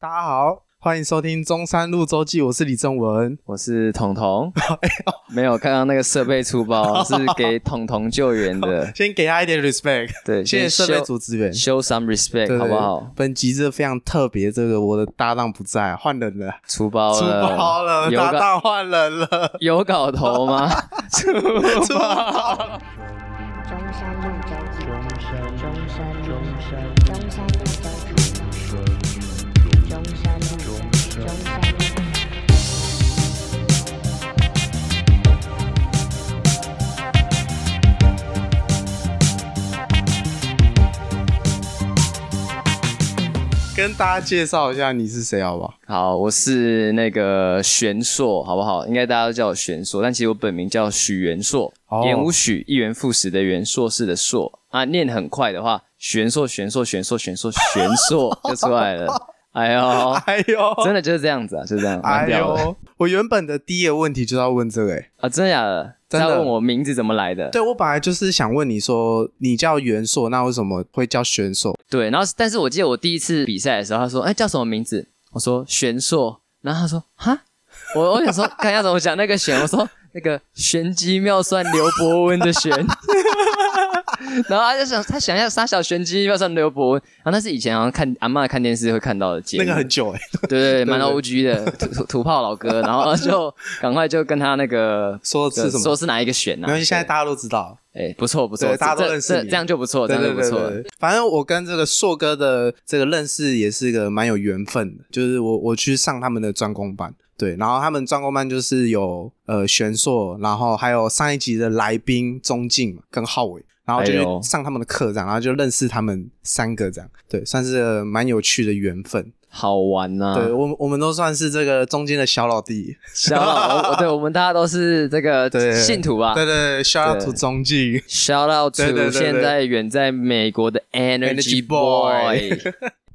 大家好，欢迎收听中山路周记，我是李正文。我是彤彤，没有看到那个设备出包， 是给彤彤救援的 。先给他一点 respect，对，谢谢设备组组支援， ，show some 对 respect 好不好？？本集是非常特别，这个我的搭档不在，换人了，出包了，出包了，有搭搞，档换人了 有搞头吗？出包了。中山路周记，中山路，中山路周记，中山路，中山路。跟大家介绍一下你是谁，好不好？好，我是那个玄硕，好不好？应该大家都叫我玄硕，但其实我本名叫许元硕，哦言无许，一元复始的元，硕士的硕啊。念很快的话，玄硕，玄硕，玄硕，玄硕，玄硕就出 来了。哎呦，哎呦，真的就是这样子啊，就这样，蛮哎屌的、呦，我原本的第一个问题就是要问这个、欸，啊，真的假的？真的在问我名字怎么来的？对我本来就是想问你说，你叫元硕，那为什么会叫玄硕？对，然后但是我记得我第一次比赛的时候，他说：“哎，叫什么名字？”我说：“玄硕。”然后他说：“哈。”我我想说， 看要怎么讲那个玄，我说那个玄机妙算刘伯温的玄， 然后他就想他想要杀小玄机妙算刘伯温，然后那是以前好像看阿嬷看电视会看到的节目，那个很久哎、对对对，蛮对 O G 的土土土炮老哥，然后就赶快就跟他那个说是什么说是哪一个玄啊？没关系，现在大家都知道。哎不错不对错，大家都这认识这你这样就不错，这对样对对就哦不错了。对，对反正我跟这个硕哥的这个认识也是个蛮有缘分的，就是我我去上他们的专攻班，对，然后他们专攻班就是有呃玄硕，然后还有上一集的来宾钟敬嘛跟浩伟，然后就哎去呦上他们的课这样，然后就认识他们三个这样，对，算是个蛮有趣的缘分。好玩呐、对我们我们都算是这个中间的小老弟，小老，我对我们大家都是这个对信徒吧。对对对，shout out to 啊对钟敬。 Shout out 对对对 to 对现在远在美国的 Energy Energy Boy Boy，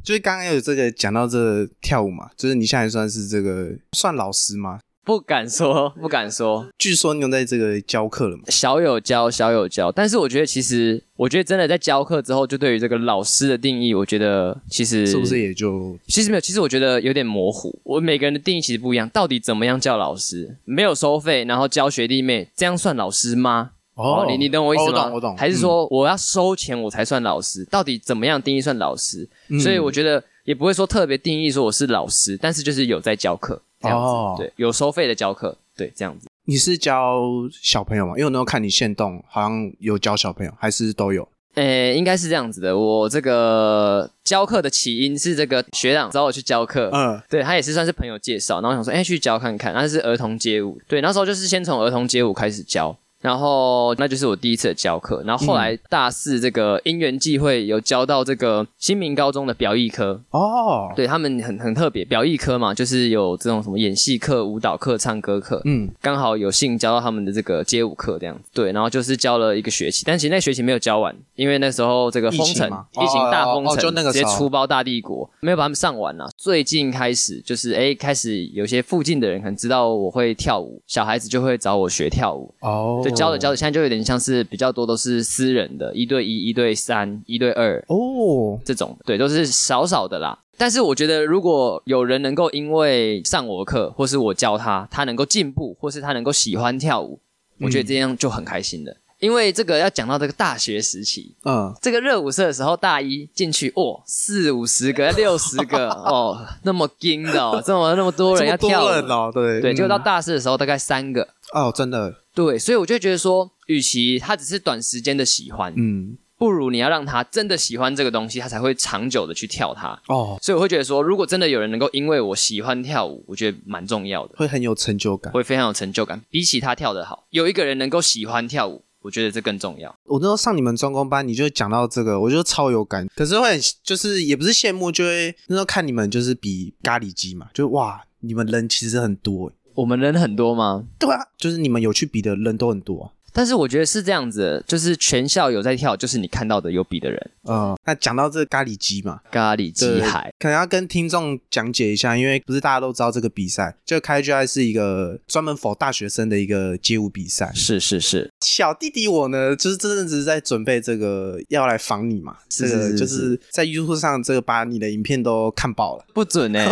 就是刚刚有这个讲到这个跳舞嘛，就是你现在算是这个算老师吗？ 不敢说，不敢说，据说你有在这个教课了嘛？小有教，小有教。但是我觉得，其实我觉得真的在教课之后，就对于这个老师的定义，我觉得其实是不是也就其实没有，其实我觉得有点模糊。我每个人的定义其实不一样，到底怎么样叫老师？没有收费，然后教学弟妹，这样算老师吗？哦，你你懂我意思我吗？懂我懂。还是嗯、说我要收钱我才算老师？到底怎么样定义算老师？嗯所以我觉得也不会说特别定义说我是老师，但是就是有在教课这样子，哦对，有收费的教课，对，这样子。你是教小朋友吗？因为我那时候看你现动，好像有教小朋友，还是都有诶，应该是这样子的。我这个教课的起因是这个学长找我去教课，嗯对他也是算是朋友介绍，然后我想说，哎，去教看看。那是儿童街舞，对，那时候就是先从儿童街舞开始教，然后那就是我第一次的教课。然后后来大四这个因缘际会有教到这个新民高中的表艺科，哦，对他们很很特别，表艺科嘛，就是有这种什么演戏课、舞蹈课、唱歌课，嗯，刚好有幸教到他们的这个街舞课这样子，对，然后就是教了一个学期，但其实那个学期没有教完，因为那时候这个封疫情城吗，疫情大哦哦封哦城，就那个直时接候出包大帝国，没有把他们上完啦、最近开始就是哎，开始有些附近的人可能知道我会跳舞，小孩子就会找我学跳舞，哦，就教着教着，现在就有点像是比较多都是私人的，一对一、一对三、一对二，哦，这种，对，都是少少的啦。但是我觉得，如果有人能够因为上我的课，或是我教他，他能够进步，或是他能够喜欢跳舞，我觉得这样就很开心的。因为这个要讲到这个大学时期，嗯，这个热舞社的时候，大一进去，哦，四五十个、六十 个，哦，那么惊的、哦，这么那么多人要这么 跳多舞，人哦，对对，嗯结果到大四的时候，大概三个，哦，真的，对，所以我就觉得说，与其他只是短时间的喜欢，嗯，不如你要让他真的喜欢这个东西，他才会长久的去跳它。哦，所以我会觉得说，如果真的有人能够因为我喜欢跳舞，我觉得蛮重要的，会很有成就感。会非常有成就感。比起他跳得好，有一个人能够喜欢跳舞，我觉得这更重要。我那时候上你们专攻班，你就讲到这个，我就超有感，可是会很就是也不是羡慕，就会那时候看你们就是比咖喱鸡嘛，就哇，你们人其实很多欸，我们人很多吗？对啊，就是你们有去比的人都很多但是我觉得是这样子的，就是全校有在跳，就是你看到的有比的人，啊。嗯，那讲到这个咖喱鸡嘛，咖喱鸡对海，可能要跟听众讲解一下，因为不是大家都知道这个比赛，就开 GI 是一个专门否大学生的一个街舞比赛。是是是，小弟弟我呢，就是这阵子在准备这个要来访你嘛，是这个是是就是在 YouTube 上这个把你的影片都看爆了。不准哎、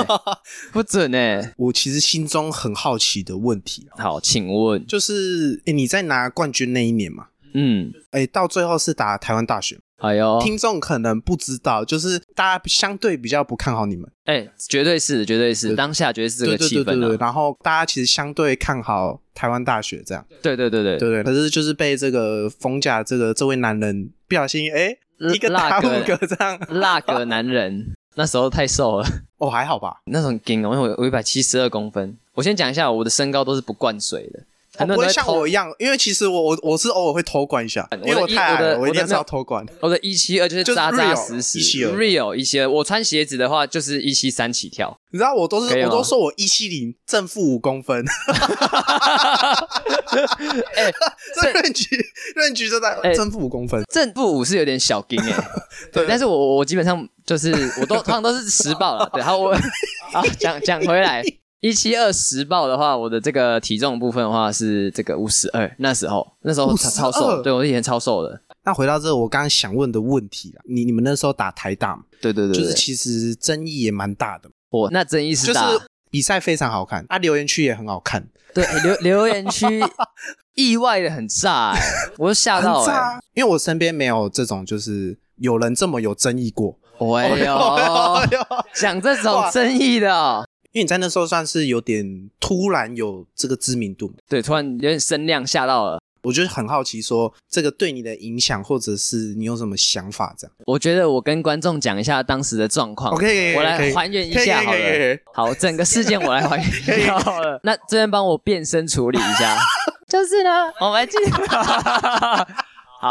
不准哎、我其实心中很好奇的问题啊，好，请问，就是诶你在拿冠军那一年嘛，嗯，哎，到最后是打台湾大学。哎呦，听众可能不知道，就是大家相对比较不看好你们，哎、绝对是，绝对是，当下绝对是这对个对气对对对。氛啊，然后大家其实相对看好台湾大学这样，对对对对对对。可是就是被这个冯甲这个这位男人不小心，哎，嗯一个打辣五哥个这样，辣个男人，那时候太瘦了，哦，还好吧，那种劲哦，因为我我一百七十二公分。我先讲一下，我的身高都是不灌水的，我很哦不多会人都在像偷我一样，因为其实我我我是偶尔会偷灌一下，因为我的一太矮了，我的我一定我的是要偷灌。我的一七二就是就是扎扎 real，实实172 real 一些。我穿鞋子的话就是一七三起跳，你知道我都是可以哦我吗都说我一七零正负五公分， 哎这任局任局就在哎正负五公分，正负五是有点小劲 哎、对，但是我我基本上就是我都通常都是实报了，对，好我 好讲讲回来。一七二实报的话，我的这个体重部分的话是这个五十二，那时候那时候52超超瘦，对我以前超瘦的，那回到这，我刚刚想问的问题啦，你你们那时候打台大嘛，对对对就对，是其实争议也蛮大的，我那争议就是是大，比赛非常好看，啊，留言区也很好看，对留留言区意外的很炸、欸，我都吓到很哎、炸啊因为我身边没有这种就是有人这么有争议过，哎 呦，哎呦讲这哇种争议的哦、因为你在那时候算是有点突然有这个知名度嘛，对，突然有点声量吓到了。我就很好奇说这个对你的影响，或者是你有什么想法这样我觉得我跟观众讲一下当时的状况。 ？OK，我来还原一下好了。好，整个事件我来还原一下 好了。那这边帮我变身处理一下。 就是呢，我 们记得。好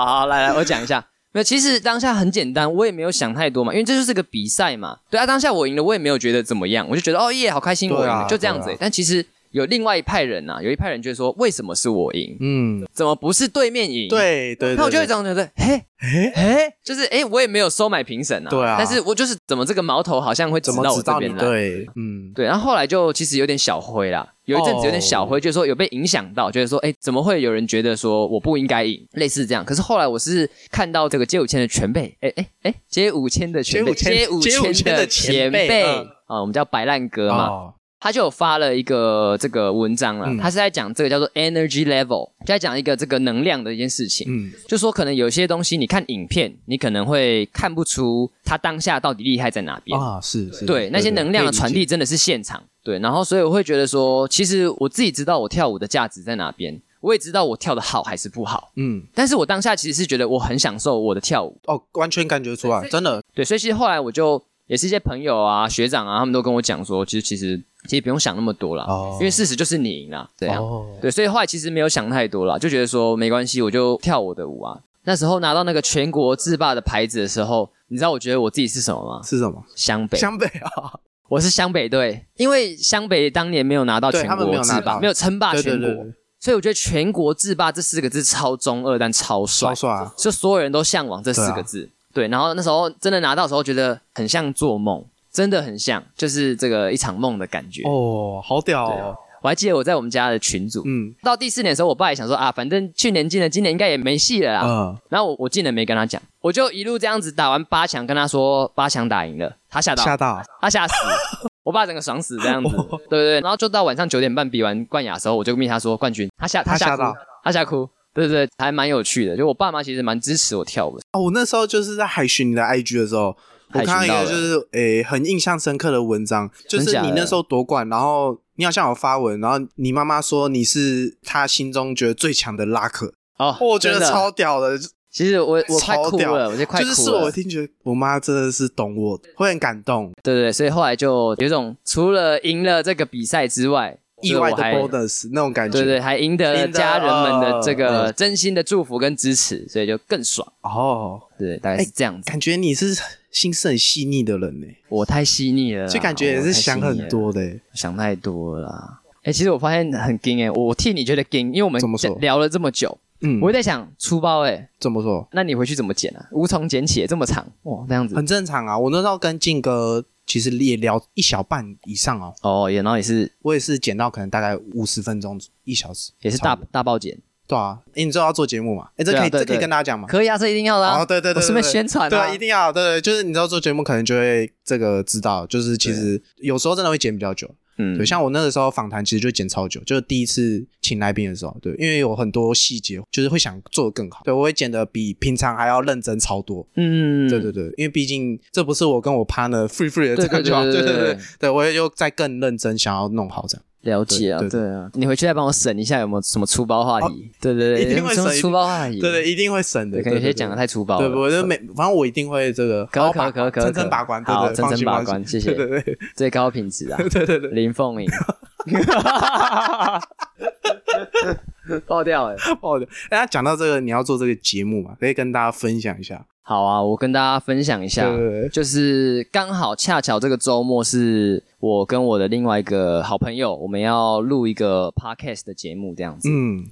好，来来，我讲一下。没有，其实当下很简单，我也没有想太多嘛，因为这就是个比赛嘛。对啊，当下我赢了，我也没有觉得怎么样，我就觉得哦耶，好开心，我赢对啊了，就这样子、对啊但其实有另外一派人呐、啊，有一派人就会说，为什么是我赢？嗯，怎么不是对面赢？对对，那我就对会这样觉得，嘿，诶嘿，就是哎、我也没有收买评审啊，对啊但是我就是怎么这个矛头好像会指怎么到我知这道你边来，对，嗯，对，然后后来就其实有点小灰啦，有一阵子有点小哦灰，就是说有被影响到，觉得说哎、怎么会有人觉得说我不应该赢，类似这样。可是后来我是看到这个街舞圈的前辈，哎哎哎，街舞圈的前街舞辈，圈街舞街舞圈圈的的前前辈辈嗯啊，我们叫白烂哥嘛，哦，他就有发了一个这个文章了嗯，他是在讲这个叫做 energy level，就在讲一个这个能量的一件事情。嗯，就说可能有些东西，你看影片，你可能会看不出他当下到底厉害在哪边。啊，是是，对，那些能量的传递，真的是现场。对，然后所以我会觉得说，其实我自己知道我跳舞的价值在哪边，我也知道我跳的好还是不好。嗯，但是我当下其实是觉得我很享受我的跳舞。哦，完全感觉出来，真的，对，所以其实后来我就也是一些朋友啊、学长啊，他们都跟我讲说，其实其实其实不用想那么多啦，哦因为事实就是你赢了，这样。哦，对，所啊以后来其实没有想太多啦，就觉得说没关系，我就跳我的舞啊。那时候拿到那个全国制霸的牌子的时候，你知道我觉得我自己是什么吗？是什么？湘北，湘北啊，我是湘北队，因为湘北当年没有拿到对全他们没国有制拿霸，到没有称霸对全对国，对，对所以我觉得“全国制霸”这四个字超中二，但超帅超，帅啊，就所有人都向往这四对啊个字。对，然后那时候真的拿到的时候，觉得很像做梦，真的很像，就是这个一场梦的感觉。哦，好屌哦，我还记得我在我们家的群组，嗯到第四年的时候，我爸也想说啊，反正去年进了，今年应该也没戏了啦。嗯，然后我我竟然没跟他讲，我就一路这样子打完八强，跟他说八强打赢了，他吓到，吓到，他吓死， 我爸整个爽死这样子，对对。然后就到晚上九点半比完冠亚的时候，我就密他说冠军，他吓他吓吓哭到，他吓哭，对对对，还蛮有趣的。就我爸妈其实蛮支持我跳舞的，哦，我那时候就是在海巡你的 IG 的时候，我海看巡到一个到了就是诶、很印象深刻的文章，就是假的你那时候夺冠，然后你好像有发文，然后你妈妈说你是她心中觉得最强的拉客，哦，我觉得真的，超屌的，其实我我快超哭屌了，我就快哭就了，是是我听觉得我妈真的是懂我，会很感动，对对对，所以后来就有一种除了赢了这个比赛之外，意外的就是我还 bonus 那种感觉，对对，还赢得了赢得家人们的这呃个真心的祝福跟支持，所以就更爽。哦，对，大概是这样子。感觉你是心思很细腻的人呢、我太细腻了啦，就感觉也啊我是太细想腻很了，多的、欸想太多了啦。哎、其实我发现很惊哎、我我替你觉得惊，因为我们怎么说聊了这么久，嗯，我在想粗包哎、怎么说？那你回去怎么剪啊？无从剪起、这么长哇，那样子很正常啊。我那时候跟靖哥其实也聊一小半以上哦，哦，也然后也是我也是剪到可能大概五十分钟一小时，也是大差不多大爆剪，对啊，诶你知道要做节目嘛？哎，这对啊可以，对这可以对跟大家讲嘛？可以啊，这一定要的啊。哦，对对对，我顺便对宣传对啊，啊，一定要对对，就是你知道做节目可能就会这个知道，就是其实有时候真的会剪比较久，嗯对，像我那个时候访谈其实就剪超久，就是第一次请来宾的时候，对，因为有很多细节，就是会想做得更好，对我会剪得比平常还要认真超多，嗯，对对对，因为毕竟这不是我跟我 partner free free 的这对样对就好，对对对对对对，对我也又再更认真想要弄好这样。了解啊，对对哦对啊，你回去再帮我审一下有没有什么粗暴话题，对对对，一定会有没有什么审粗暴话题，对对，一定会省的。嗯对，可能有对些讲的太粗暴了，对，我就每反正我一定会这个可好好可把可可层层可把关，对好对，层放层心把放心关，谢谢，对对对最高品 质啊，对对对，林 凤营，爆掉哎！爆掉！哎，那讲到这个，你要做这个节目嘛，可以跟大家分享一下。好啊，我跟大家分享一下对，对对，就是刚好恰巧这个周末是我跟我的另外一个好朋友，我们要录一个 podcast 的节目这样子，嗯，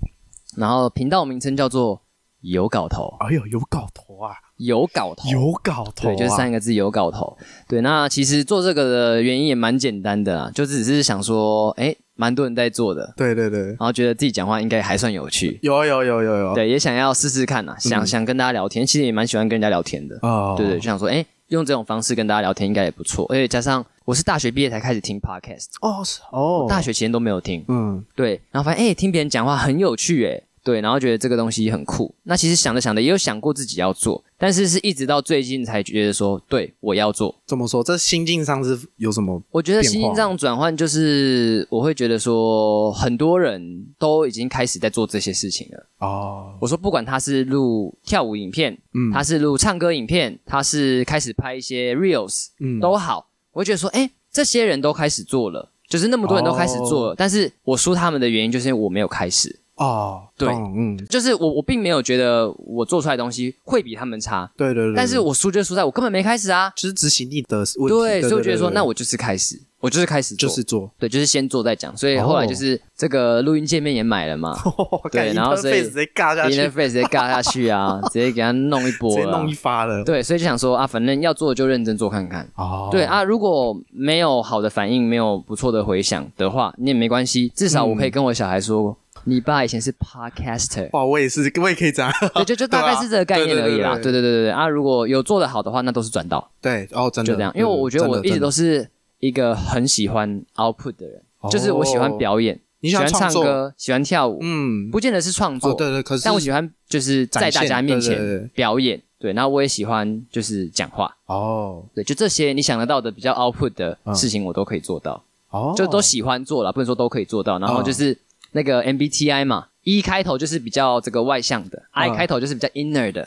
然后频道名称叫做有搞头，哎呦，有搞头啊，有搞头，有搞头啊，对，就是三个字有搞头。对，那其实做这个的原因也蛮简单的啊，就只是想说，哎，蛮多人在做的，对对对，然后觉得自己讲话应该还算有趣，有有有有有，对，也想要试试看呐、啊想、嗯想跟大家聊天，其实也蛮喜欢跟人家聊天的。哦，对对，就想说，哎，用这种方式跟大家聊天应该也不错。而且加上我是大学毕业才开始听 podcast，、哦是哦，大学期间都没有听，嗯对，然后发现哎，诶听别人讲话很有趣，哎。对，然后觉得这个东西很酷。那其实想着想着，也有想过自己要做，但是是一直到最近才觉得说，对我要做。怎么说？这心境上是有什么？我觉得变化心境上转换就是，我会觉得说，很多人都已经开始在做这些事情了。哦，我说，不管他是录跳舞影片，嗯他是录唱歌影片，他是开始拍一些 reels，嗯都好，我会觉得说，哎，这些人都开始做了，就是那么多人都开始做了，但是我输他们的原因就是因为我没有开始，哦，对懂嗯，就是我我并没有觉得我做出来的东西会比他们差，对对对，但是对我输就输在我根本没开始啊。就是执行力的问题，对，所以我觉得说，对那我就是开始，我就是开始做，就是哦做，对，就是先做再讲，所以后来就是这个录音界面也买了 嘛 对然后所以 face 直接尬下去， ，interface 直接尬下 去啊，直接给他弄一波直接了弄啊一，发了，对，所以就想说啊，反正要做就认真做看看，哦，对，啊，如果没有好的反应，没有不错的回响的话，你也没关系，至少我可以跟我小孩嗯说，你爸以前是 podcaster，哇，我也是，我也可以这样， 对，就就大概是这个概念而已啦，对对对对对对啊，如果有做的好的话，那都是赚到，对，哦，真的就这样，因为我觉得我一直都是是一个很喜欢 output 的人，就是我喜欢表演，哦你喜喜欢欢唱创作歌，喜欢跳舞，嗯，不见得是创作，哦，对对，可是但我喜欢就是在大家面展现对对前对表演，对，然后我也喜欢就是讲话，哦对，就这些你想得到的比较 output 的嗯事情，我都可以做到，哦，就都喜欢做了，不能说都可以做到。然后就是那个 MBTI 嘛，E 开头就是比较这个外向哦的，I 开头就是比较 inner 的，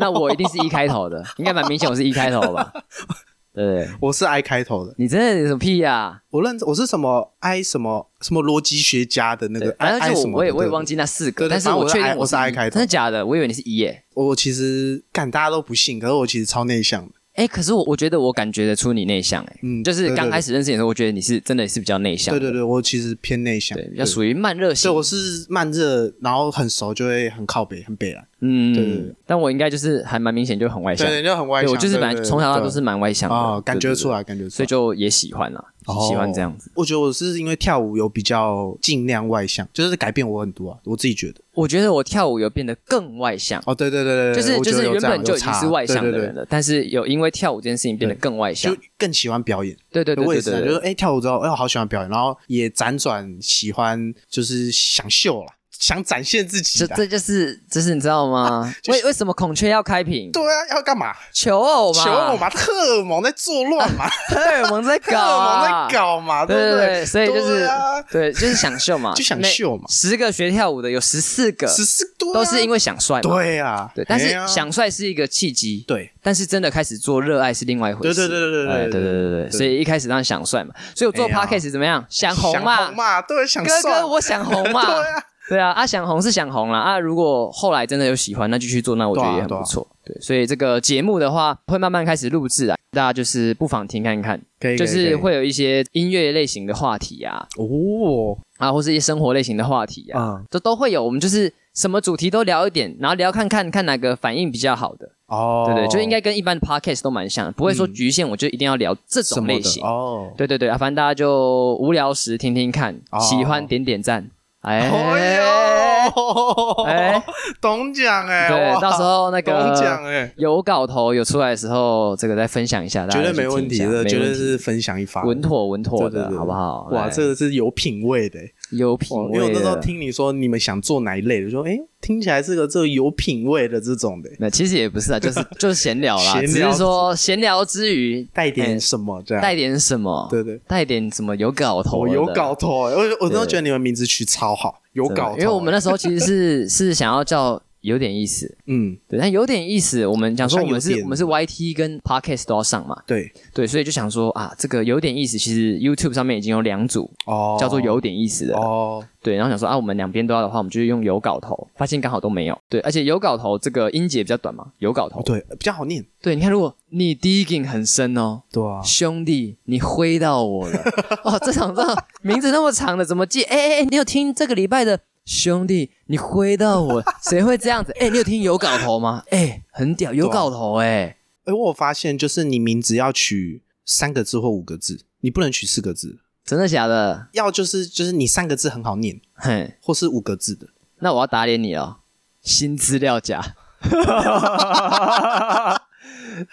那我一定是 E 开头的，应该蛮明显我是 E 开头 吧？对，我是 I 开头的，你真的有什么屁啊呀、我认我是什么 I 什么什么逻辑学家的那对个，反 I 正 I 就什我么，我也我也对忘，记那四对个，对但是反正我是确定 I- 我是 I 一开头真的假的？我以为你是 E 耶。对我其实干大家都不信，可是我其实超内向的，哎，可是我我觉得我感觉得出你内向哎，嗯就是对对刚对开始认识你的时候，我觉得你是真的是比较内向对的，对对，我其实偏内向，对，比较属于慢热型对，我是慢热，然后很熟就会很靠北，很北啊，对对嗯对，但我应该就是还蛮明显就很外向，对，就很外向，我就是对本来对从小到大都对是蛮外向的啊，感觉出，对对来，感觉对出所以来。就也喜欢啦，哦喜欢这样子。我觉得我是因为跳舞有比较尽量外向，就是改变我很多啊，我自己觉得。我觉得我跳舞有变得更外向，哦，对对对对，就对是我就觉得是有原这样本就有已经差是外向的对对人了，但是有因为跳舞这件事情变得更外向对，就，更喜欢表演。对对对我对也是啊，对就对是哎跳舞之后，哎我好喜欢表演，然后也辗转喜欢，就是想秀了，想展现自己这啦。这就是这是你知道吗？ 为为什么孔雀要开屏？啊对啊，要干嘛？求偶嘛，求偶，嘛，荷尔蒙在作乱嘛，荷尔蒙在 荷啊搞尔啊蒙在。搞嘛，对不对对，所以就是对啊，对，就是想秀 嘛，就想那秀嘛十个学跳舞的有十四个十四多都是因为想帅啊嘛，对啊，对，但是哎呀想帅是一个契机，对但是真的开始做热爱是另外一回对事。对对对哎对对对对对对，所以一开始当然想帅嘛，所以我做哎呀 podcast 怎么样？想想红嘛，嘛，对，想哥帅哥我想红嘛， 对啊，对啊，啊想红是想红啦，啊如果后来真的有喜欢，那就去做，那我觉对得啊也很对啊不错。对，所以这个节目的话会慢慢开始录制啊，大家就是不妨听看看，可以，就可以可是以会有一些音乐类型的话题啊，哦，啊或是一些生活类型的话题啊，嗯，这都会有。我们就是什么主题都聊一点，然后聊看看看哪个反应比较好的。哦，嗯对对，就应该跟一般的 podcast 都蛮像的，不会说局限我就一定要聊这什种么类的型。哦，对对对啊，反正大家就无聊时听听看，哦喜欢点点赞。哎哎哦，哎懂奖哎，对哇，到时候那懂奖个哎，有稿头有出来的时候，这个再分享一下，大家绝对去没问听题一下没的，问绝对题是分享一发的，稳妥稳妥对对的，对好不好？哇，来啊这个是有品味的欸，有品哦因味的。为我那时候听你说你们想做哪一类的，我说哎，听起来是个这个有品味的这种的欸，那其实也不是啊， 就是就是闲聊啦，闲只聊是说闲聊之余带哎点什么这样，带点什么，对对，带点什么有搞头哦的，有搞头欸，我我都对觉得你们名字取超好，有真的搞头欸，因为我们那时候其实是是想要叫有点意思，嗯，对，但有点意思，我们讲说好我像们有是点我们是 YT 跟 Podcast 都要上嘛，对对，所以就想说啊，这个有点意思，其实 YouTube 上面已经有两组哦，叫做有点意思的，哦，对，然后想说啊，我们两边都要的话，我们就用有稿头，发现刚好都没有，对，而且有稿头这个音节比较短嘛，有稿头哦，对，比较好念，对，你看如果你 digging 很深哦，对啊兄弟，你挥到 我了！哦，这种这种名字那么长的怎么记？哎哎哎，你有听这个礼拜的兄弟，你挥到我， 谁会这样子？哎，你有听有搞头吗？哎，很屌，啊有搞头哎、哎，我有发现就是你名字要取三个字或五个字，你不能取四个字。真的假的？要就是就是你三个字很好念，嘿，或是五个字的。那我要打脸你哦，新资料夹。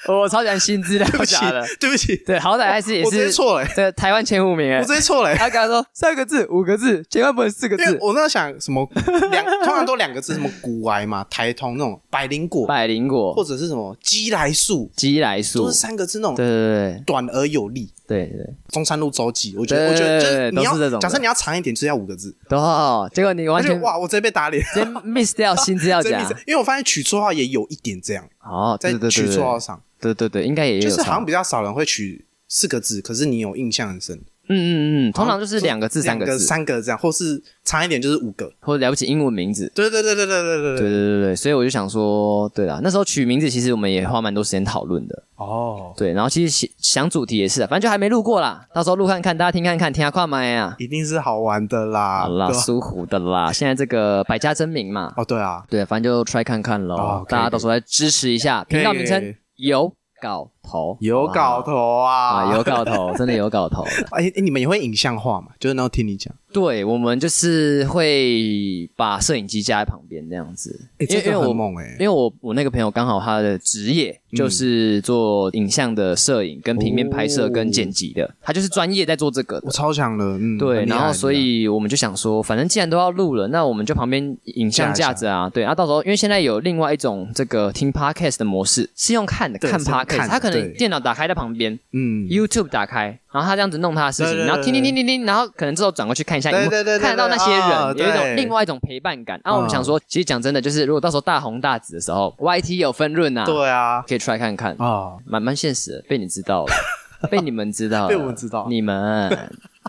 我超喜欢新资料对不起夹的，，对不起，对，好歹还是也我直接是错了欸，对台湾前五名哎、我直接错了欸。他跟他说三个字、五个字，千万不能四个因为字。我那时候想什么两，通常都两个字，什么古癌嘛、台通那种百灵果，百灵或果、者是什么鸡来素，鸡来素都是，三个字那对种对短而有力。对对对，中山路周记，我觉得，对我觉得就对对是你都是这种要的假设你要长一点，就是要五个字。都好。结果你完而且全哇，我直接被打脸，直接 miss 掉新资料真夹的，，因为我发现取绰号也有一点这样，哦，对在对取对绰号对，上，对对对，应该也有就是好差，像比较少人会取四个字，可是你有印象很深。嗯嗯嗯，通常就是两个字、三两个个、字，三个这样，或是长一点就是五个。或者了不起英文名字。对对对对对对对对对对对，所以我就想说，对啦，那时候取名字其实我们也花蛮多时间讨论的，哦，对，然后其实想想主题也是啊，反正就还没录过啦，到时候录看看，大家听看看，听下快麦啊，一定是好玩的啦。好啦，对吧啊舒服的啦，现在这个百家争鸣嘛，哦，对啊，对，反正就 try 看看喽，哦可以大家可以到时候来支持一下。可以频道可以名可称以有搞头，有搞好头不好啊，啊，有。搞头，真的有搞头。哎，哎你们也会影像化嘛？就是那种听你讲，对我们就是会把摄影机架在旁边这样子，哎，因这为因为个我很猛哎因。为我我那个朋友刚好他的职业就是做影像的摄影、跟平面拍摄、哦跟剪辑的，他就是专业在做这个的我。超强的，嗯，对，很厉害然后所以我们就想说，反正既然都要录了，那我们就旁边影像架子啊，对啊，到时候因为现在有另外一种这个听 podcast 的模式，是用看的对看是用 podcast，看的他可能对电脑打开在旁边很厉害嗯， ，YouTube 打开，然后他这样子弄他的事对情，对然后听听对听听听，然后可能之后转过去看一下荧幕，对对对对看得到那些哦人，有一种对另外一种陪伴感。啊，我们嗯想说，其实讲真的，就是如果到时候大红大紫的时候，YT 有分润啊，对啊，可以 try 看看，啊，蛮蛮现实的，被你知道了，被你们知道 了，被我们知道你们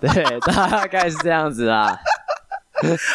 对， 大概是这样子啦，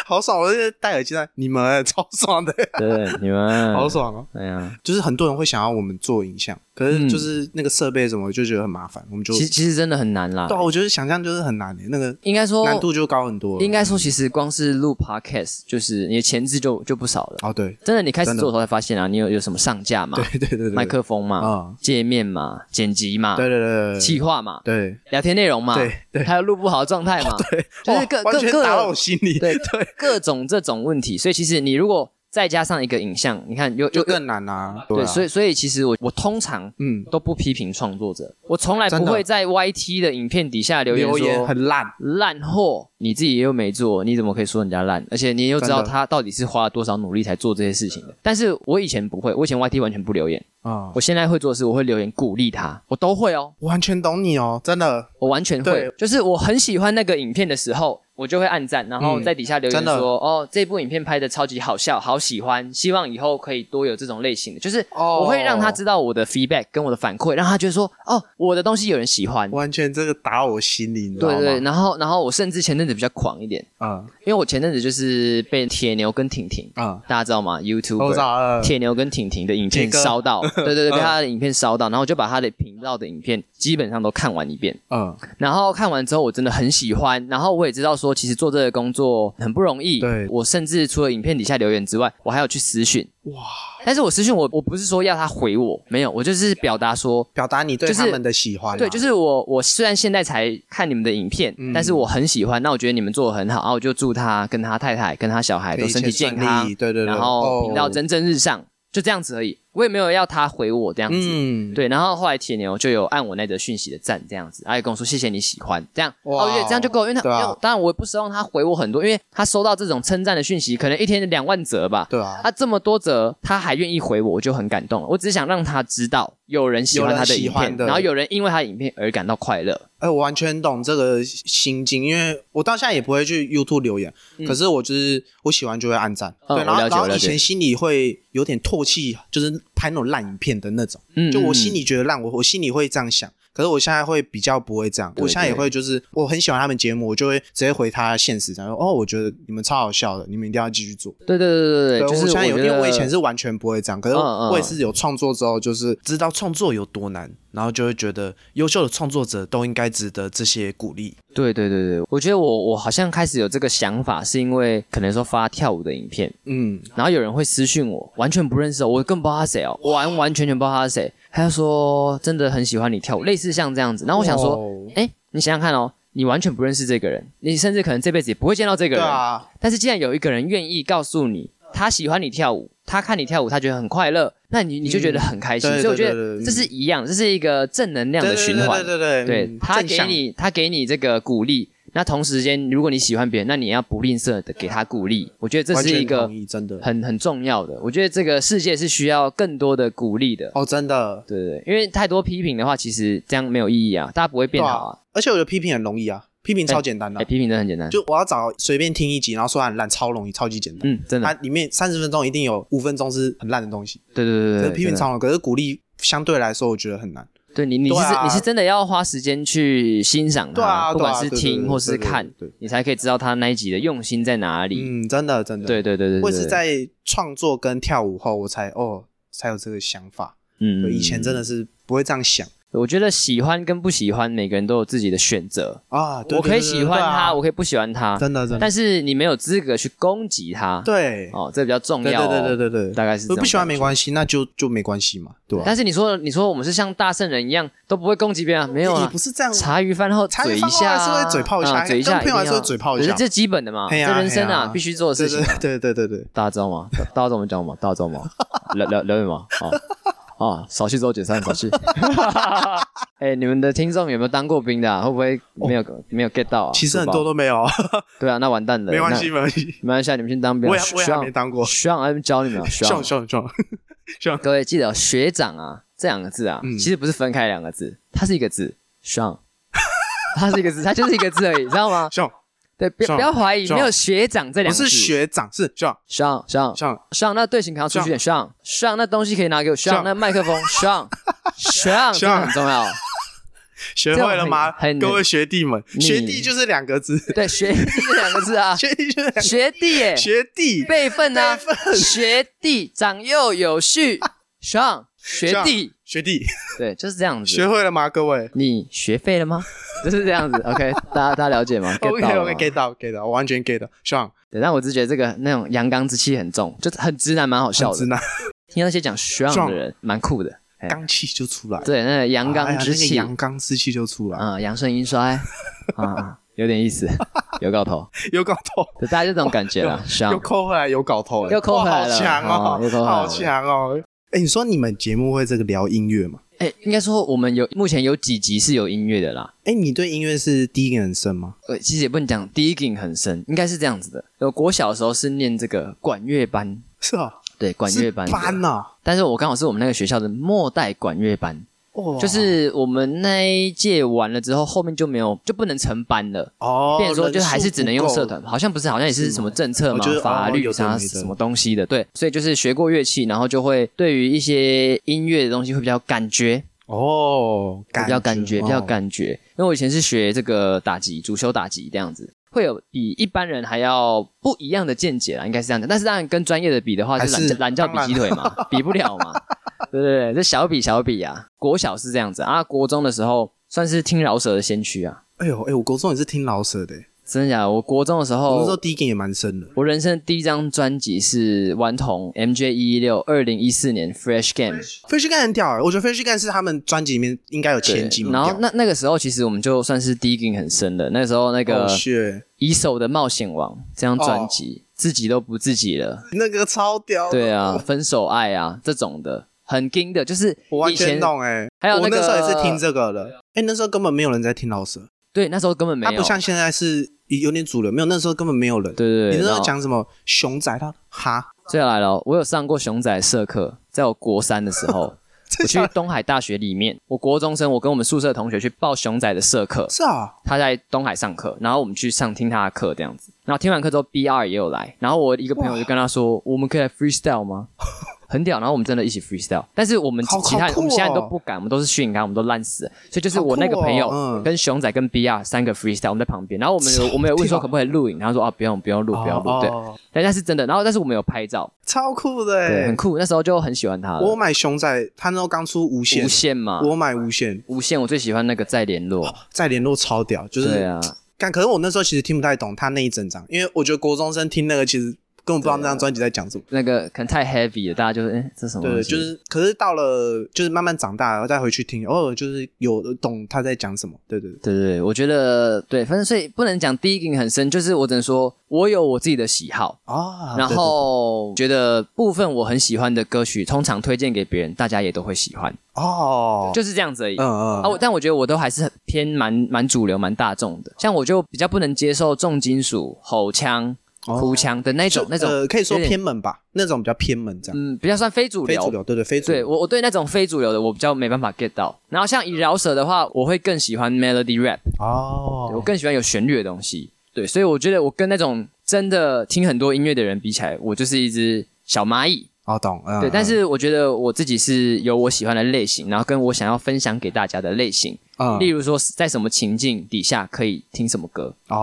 好爽！我这戴耳机呢，你们欸 超爽的，对，你们好，爽哦。哎呀，就是很多人会想要我们做影像，可嗯是就是那个设备什么，就觉得很麻烦，我们就其实其实真的很难啦对，啊，我觉得想象就是很难欸的，那个应该说难度就高很多了。应该说，其实光是录 podcast，就是你的前置就就不少了。哦，对真的，你开始真的做的时候才发现啊，你有有什么上架嘛对，对对对，麦克风啊嘛，啊，界面嘛，剪辑嘛，对对对对，企划嘛，对聊天内容嘛，对对还有录不好的状态嘛，对，就是哇各哦完各全各打到我心里，对对，各种这种问题，所以其实你如果再加上一个影像，你看有有就更难啊。对，啊所以所以其实我我通常嗯，都不批评创作者，我从来不真的会在 YT 的影片底下留言留言说很烂，烂货，你自己又没做，你怎么可以说人家烂？而且你又知道真的他到底是花了多少努力才做这些事情的。但是我以前不会，我以前 YT 完全不留言，啊，我现在会做的是我会留言鼓励他，我都会哦，我完全懂你哦，真的，我完全会对，就是我很喜欢那个影片的时候，我就会按赞，然后在底下留言嗯真的说，哦，这部影片拍的超级好笑，好喜欢，希望以后可以多有这种类型的，就是哦我会让他知道我的 feedback 跟我的反馈，让他觉得说，哦，我的东西有人喜欢，完全这个打到我心里，你知道对吗？对，然后然后我甚至前阵子比较狂一点，嗯因为我前阵子就是被铁牛跟婷婷，嗯，大家知道吗我？YouTube。找了铁牛跟婷婷的影铁片哥烧到，对对 对，被嗯他的影片烧到，然后我就把他的频道的影片基本上都看完一遍，嗯然后看完之后我真的很喜欢，然后我也知道说说，其实做这个工作很不容易。对我甚至除了影片底下留言之外，我还有去私讯。哇，但是我私讯我我不是说要他回我，没有，我就是表达说。表达你对就是他们的喜欢啊、对，就是我，我虽然现在才看你们的影片，嗯但是我很喜欢，那我觉得你们做的很好，啊，我就祝他跟他太太跟他小孩可以都身体一切健顺康，利对对对，然后频道哦蒸蒸日上，就这样子而已。我也没有要他回我这样子。嗯，对，然后后来铁牛就有按我那则讯息的赞这样子，他也跟我说谢谢你喜欢，这样，哇哦，对，这样就够了，因为他，对啊因为当然我也不奢望他回我很多，因为他收到这种称赞的讯息，可能一天两万则吧，对啊，他这么多则，他还愿意回我，我就很感动了。我只是想让他知道有人喜欢他的有人喜影欢片，的然后有人因为他的影片而感到快乐。哎、我完全懂这个心境，因为我到现在也不会去 YouTube 留言，可是我就是我喜欢就会按赞，嗯对，然后我了解然我后了以解前心里会有点唾弃，就是拍那种烂影片的那种，嗯，就我嗯心里觉得烂，我我心里会这样想。可是我现在会比较不会这样，对我现在也对会就是我很喜欢他们节目，我就会直接回他现实，然后哦，我觉得你们超好笑的，你们一定要继续做。对对对对对，对，我就是现在有，因为我以觉前得是完全不会这样，可是嗯嗯我也是有创作之后，就是知道创作有多难，然后就会觉得优秀的创作者都应该值得这些鼓励。对对对对，我觉得我我好像开始有这个想法，是因为可能说发跳舞的影片，嗯，然后有人会私讯我，完全不认识我，我更不知道他谁哦，完完全全不知道他是谁。他就说真的很喜欢你跳舞，类似像这样子。然后我想说，哦，哎，你想想看哦，你完全不认识这个人，你甚至可能这辈子也不会见到这个对人。啊，但是既然有一个人愿意告诉你，他喜欢你跳舞，他看你跳舞，他觉得很快乐，那你你就觉得很开心。嗯对所以我觉对对得对这是一样，这是一个正能量的循环。对对对对对嗯他正给向你，他给你这个鼓励。那同时间，如果你喜欢别人，那你也要不吝啬的给他鼓励。我觉得这完是全一个同意真的很很重要的。我觉得这个世界是需要更多的鼓励的。哦，真的对对对，因为太多批评的话，其实这样没有意义啊，大家不会变好啊。，而且我觉得批评很容易啊，批评超简单的哎，，批评真的很简单。就我要找随便听一集，然后说它很啊烂，超容易，超级简单。嗯，真它的，里面三十分钟一定有五分钟是很烂的东西，对对对对可对是批对，评真的超容易，可是鼓励相对来说我觉得很难。对你，你是、对啊你是真的要花时间去欣赏它，对啊不对啊管是对对听对或是对对看，对对你才可以知道他那一集的用心在哪里。嗯，真的真的。对对对对，我对也是，在创作跟跳舞后，我才哦才有这个想法。嗯对以前真的，是不会这样想我觉得喜欢跟不喜欢，每个人都有自己的选择。啊。对我可对以对喜欢对啊他，我可以不喜欢他，真的真的，但是你没有资格去攻击他。对哦，这比较重对要、哦。对对对，对对对，大概是这我种不喜欢感觉没关系，那就就没关系嘛，对吧？但是你说你说我们是像大圣人一样都不会攻击别人啊，没有也啊不。是这样，茶余饭后茶嘴余一饭后下还是啊，会嘴炮一下嗯嘴一下，跟朋友还是会一定要嘴炮一可是下这基本的嘛，嘿这啊人生嘿啊啊必须做的对事情对啊。对对对对， 大家知道吗？大大家知道我们讲吗？大家知道吗？了了了解吗？啊啊，少去之后减三，少去。 哎、你们的听众有没有当过兵的、啊？会不会没有、没有 get 到啊？哦其实很是多吧都没有， 对啊，那完蛋了。没关系那，没关系，没关系啊，你们先当兵、啊。我也我也还学长没当过学长还没教 你们、啊，学长爽爽爽，各位记得、哦、学长啊这两个字啊，嗯其实不是分开两个字，它是一个字，学长， 它是一个字，它就是一个字而 已，你知道吗？爽，对，不要上不要怀疑，上没有学长这不两个字。是学长，是爽上上爽，上，那队形可能要出去点上上，那东西可以拿给我上，上那麦克 风上上，这个很重要。学会了吗这样很很？各位学弟们，你学弟就是两个字，对，学弟这两个字 啊，学弟就是两 个字学弟耶，学弟，辈分啊，学弟长幼有序，上学弟，学弟，对，就是这样学子。会了吗？各位你学废了吗？ 就是 这样子。OK，大家大家了解吗？OK ？get 到了 OK 吗 get 到 get 到，我完全 get 到，爽，对，但我只觉得这个那种阳刚之气很重，就是很直男，蛮好笑很的直。男，听那些讲上的人，蛮酷的。哎刚气就出来，对，那个阳哎刚呀之那个气，阳刚之气就出来，啊，阳盛 阴衰啊，有点意思，有搞头，有搞头，对，大家就这种 感觉了，是啊又，扣回来，有搞头了，又扣回来了哇好强哦又扣哦，回来了好强哦！哎，你说你们节目会这个聊音乐吗？哎，应该说我们有目前有几集是有音乐的啦，哎，你对音乐是第一个人生吗？呃，其实也不能讲底梗很深，应该是这样子的。我国小的时候是念这个管乐班，是啊，对，管乐班班哦的，班哦啊呐，但是我刚好是我们那个学校的末代管乐班，哦，就是我们那一届完了之后，后面就没有就不能成班了。哦，变成说，就人数还是只能用不够社团，好像不是，好像也是什么政策嘛我觉得、法律哦有的啥没的什么东西的，对，所以就是学过乐器，然后就会对于一些音乐的东西会比较感觉，哦，会比较感觉，比较哦感觉。因为我以前是学这个打击，主修打击这样子，会有比一般人还要不一样的见解啦，应该是这样的。但是当然跟专业的比的话，还是懒是觉懒觉比鸡腿 嘛，比不了嘛，对对对，这小比小比啊。国小是这样子啊，国中的时候算是听饶舌的先驱啊，哎呦，哎，我国中也是听老舍的，真的假的？我国中的时我那时候候，第一个也蛮深的，我人生的第一张专辑是顽童 MJ 一一六二零一四年 Fresh Game。 Fresh Gun 很屌、欸，我觉得 Fresh Gun 是他们专辑里面应该有前几名然屌。后那那个时候，其实我们就算是 digging 很深的。那时候那个哦是一手的冒险王这张专哦辑，自己都不自己了。那个超屌的，对啊，分手爱啊这种的，很硬的，就是我完以前全懂哎、欸。还有我那那个时候也是听这个的，哎、那时候根本没有人在听老舍，对，那时候根本没他有。不像现在是有点主流，没有那时候根本没有人。对对对，你那时然候后讲什么熊仔他哈，接下来了，我有上过熊仔社课，在我国三的时 候，我去东海大学里面，我国中生，我跟我们宿舍同学去报熊仔的社课，是啊，他在东海上课，然后我们去上听他的课这样子，然后听完课之后，B R 也有来，然后我一个朋友就跟他说，我们可以来 freestyle 吗？ 很屌，然后我们真的一起 freestyle，但是我们好其他人、好酷哦我们现在都不敢，我们都是训感，我们都烂死了，所以就是好酷我那个朋友、哦嗯啊跟熊仔跟 B R 三个 freestyle，我们在旁边，然后 我们有我们有问说可不可以录影，然后说啊不用不用录不要录，对，哦但那是真的，然后但是我们有拍照，超酷的、欸，对，很酷。那时候就很喜欢他了。我买熊仔，他那时候刚出无线，无啊限嘛，我买无线，无限我最喜欢那个再联络。再联络超屌，就是对啊，但可是我那时候其实听不太懂他那一整张，因为我觉得国中生听那个其实根本不知道那张专辑在讲什么。那个可能太 heavy 了，大家就是哎、诶这什么对，东西？就是，可是到了就是慢慢长大，然后再回去听，偶尔就是有懂他在讲什么。对对对，对对对，我觉得对，反正所以不能讲第一印很深，就是我只能说我有我自己的喜好，啊哦然后觉得部分我很喜欢的歌曲，通常推荐给别人，大家也都会喜欢，哦，就是这样子而已。嗯嗯，啊，我但我觉得我都还是很偏蛮蛮主流、蛮大众的。像我就比较不能接受重金属、吼腔、哦哭腔的那就种、那种呃，可以说有点偏门吧，那种比较偏门这样，嗯，比较算非主非流。主流，对对非主对流。我，我对那种非主流的我比较没办法 get 到。然后像以饶舌的话，我会更喜欢 melody rap，对我哦，更喜欢有旋律的东西。对，所以我觉得我跟那种真的听很多音乐的人比起来，我就是一只小蚂蚁。哦懂，嗯对，但嗯是我觉得我自己是有我喜欢的类型，然后跟我想要分享给大家的类型。嗯例如说，在什么情境底下可以听什么歌？哦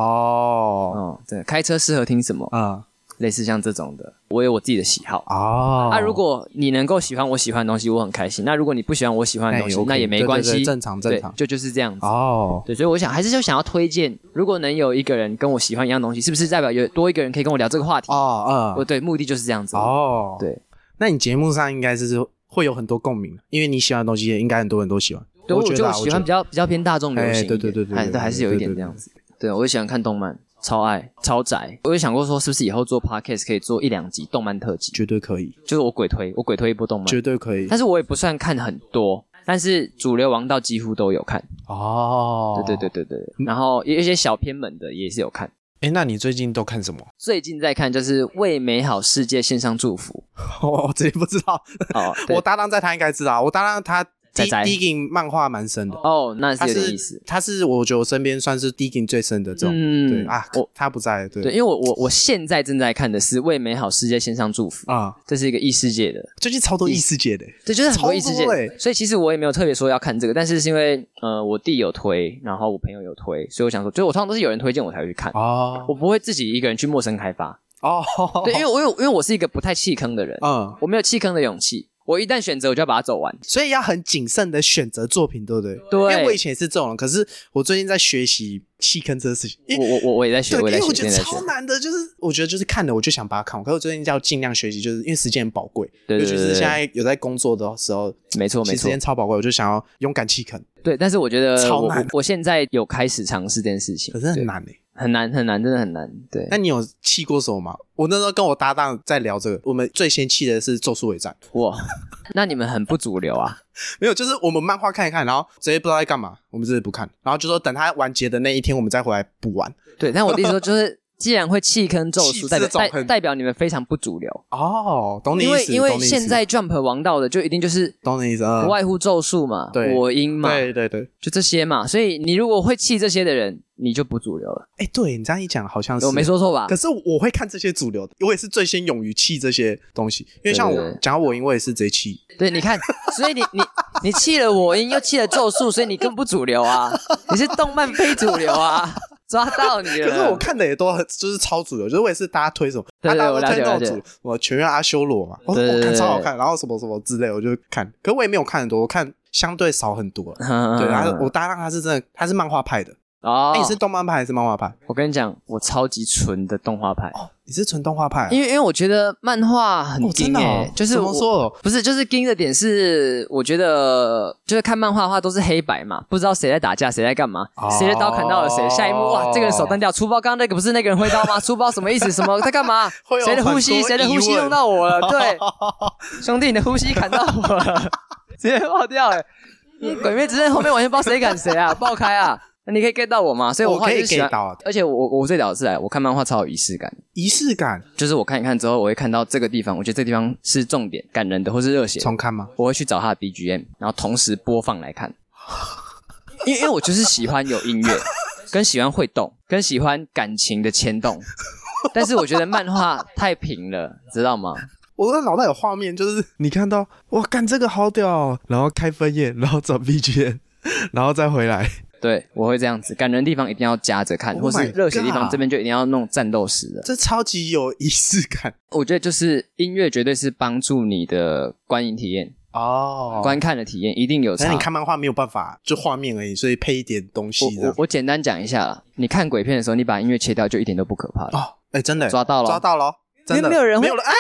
哦，对，开车适合听什么？嗯类似像这种的，我有我自己的喜好。哦，啊那、如果你能够喜欢我喜欢的东西，我很开心。那如果你不喜欢我喜欢的东西，那也哎 OK，那也没关系，对对对正常对正常就就是这样子。哦对，所以我想还是就想要推荐，如果能有一个人跟我喜欢一样东西，是不是代表有多一个人可以跟我聊这个话题？哦我嗯对，目的就是这样子。哦，对，那你节目上应该是会有很多共鸣，因为你喜欢的东西也应该很多人都喜欢。对，我觉就得啊喜欢比觉得较比较偏大众流行一点，哎对对对对对还对对对还是有一点这样子。对，我也喜欢看动漫，超爱超宅。我也想过说，是不是以后做 podcast 可以做一两集动漫特辑？绝对可以，就是我鬼推，我鬼推一波动漫，绝对可以但是我也不算看很多，但是主流王道几乎都有看。哦对对对对对，然后有一些小偏门的也是有看。哎，那你最近都看什 么？最近在看就是《为美好世界献上祝福我直接不知道，》 哦，对我搭档在他应该知道，我搭档他仔第仔第一个漫画蛮深的，哦，那他是有点是意思。他是我觉得我身边算是第一个最深的这种。对嗯啊，我他不在，对对，因为我我我现在正在看的是《为美好世界献上祝福》，啊，这是一个异世界的，最近超多异世界的，对，就是很多异世界超多欸的，所以其实我也没有特别说要看这个，但是是因为呃我弟有推，然后我朋友有推，所以我想说，就是我通常都是有人推荐我才会去看，哦我不会自己一个人去陌生开发。哦，对，因为我有因为我是一个不太弃坑的人，嗯，我没有弃坑的勇气，我一旦选择我就要把它走完。所以要很谨慎的选择作品，对不对？对因为我以前也是这种人，可是我最近在学习弃坑这个事情，因为我我我我也在学，对，我也因在为我学，觉现得在在超学。难的，就是我觉得就是看了我就想把它看完，可是我最近要尽量学习，就是因为时间很宝贵，对尤对其是对对现在有在工作的时候，没错其没实时错间，超宝贵，我就想要勇敢弃坑，对，但是我觉得超我难我我现在有开始尝试这件事情，可是很对难诶、欸很难很难，真的很难。对，那你有弃过什么吗？我那时候跟我搭档在聊这个，我们最先弃的是《咒术回战哇，那你们很不主流啊！》，没有，就是我们漫画看一看，然后直接不知道在干嘛，我们直接不看，然后就说等它完结的那一天，我们再回来补完。对，但我的意思说就是。既然会弃坑咒弃术，代表这种代很代表你们非常不主流，哦，懂你因意为思，因为懂你意思现在 Jump 王道的就一定就是懂你意思，嗯不外乎咒术嘛、对火影嘛，对对对，就这些嘛，所以你如果会弃这些的人，你就不主流了。哎，对你这样一讲，好像是我没说错吧可？是我会看这些主流的，我也是最先勇于弃这些东西，因为像对对我对讲到我因为也是直接弃，对，你看，所以你你你弃了我音，又弃了咒术，所以你更不主流啊！你是动漫非主流啊！ 抓到你了。可是 我看的也都很就是超主流，就是我也是大家推什么，啊对对啊大家都我了解推那了解种主，我全员阿修罗嘛，我对对我看对超好看，然后什么什么之类，我就看，可我也没有看很多，我看相对少很多了。嗯，对，然后嗯我搭档他是真的，他是漫画派的，哦哎，你是动漫派还是漫画派？我跟你讲，我超级纯的动画派，你是纯动画派啊？因为因为我觉得漫画很哦真精的诶、哦就是怎么我说？不是，就是盯的点是，我觉得就是看漫画的话都是黑白嘛，不知道谁在打架，谁在干嘛，哦谁的刀砍到了谁，下一幕哇，这个人手断掉，粗暴，刚刚那个不是那个人挥刀吗？粗暴什么意思？什么 在干嘛会？有谁的呼吸？很多谁的呼吸疑问弄到我了？ 对，兄弟，你的呼吸砍到我了，直接爆掉哎、嗯鬼灭之刃后面完全不知道谁砍谁 啊，爆开啊！那你可以 get 到我吗？所以我后来可以就喜欢 get 到而且我我最屌的是啊来，我看漫画超有仪式感，仪式感，就是我看一看之后，我会看到这个地方，我觉得这个地方是重点、感人的或是热血的重看吗？我会去找他的 BGM，然后同时播放来看， 因为因为我就是喜欢有 音乐，跟喜欢会动，跟喜欢感情的牵动。但是我觉得漫画太平了，知道吗？我的脑袋有画面，就是 你看到哇，干这个好屌哦，然后开分页，然后找 BGM，然 后再回来。对，我会这样子，感人的地方一定要夹着看， Oh 或是 my 热血的地方 God 这边就一定要弄战斗式的。 这超级有仪式感我觉得就是音乐绝对是帮助你的观影体验、哦观看的体验一定有可是差你。看漫画没有办法，就画面而已，所以配一点东西我这我样。我简单讲一下啦，你看鬼片的时候，你把音乐切掉就一点都不可怕了。哦，哎，真的抓到了抓到了，真因为的没有人没会有了啊，